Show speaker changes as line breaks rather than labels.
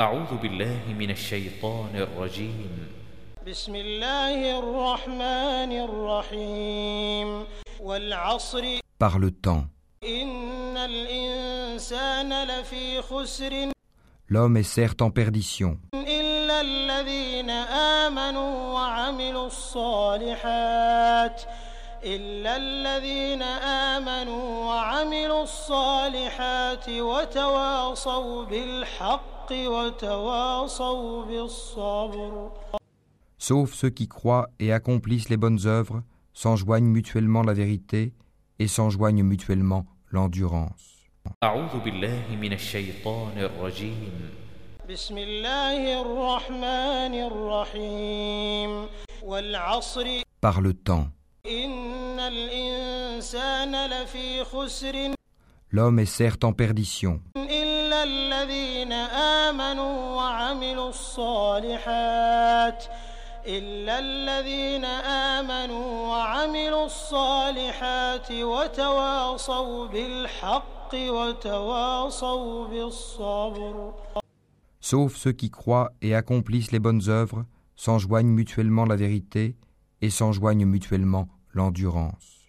أعوذ بالله من الشيطان الرجيم
بسم الله الرحمن الرحيم والعصر
par le temps.
إن الإنسان لفي خسر
L'homme est certes en perdition,
إلا الذين آمنوا وعملوا الصالحات إلا الذين آمنوا وعملوا الصالحات وتواصوا بالحق وتواصوا بالصبر
sauf ceux qui croient et accomplissent les bonnes œuvres, s'enjoignent mutuellement la vérité et s'enjoignent mutuellement l'endurance.
أعوذ بالله من الشيطان الرجيم
بسم الله الرحمن الرحيم والعصر
Par le temps.
إن الإنسان لفي خسر
L'homme est certes en perdition,
إلا الذين آمنوا وعملوا الصالحات إلا الذين آمنوا وعملوا الصالحات وتواصوا بالحق وتواصوا بالصبر
sauf ceux qui croient et accomplissent les bonnes œuvres, s'enjoignent mutuellement la vérité et s'enjoignent mutuellement l'endurance.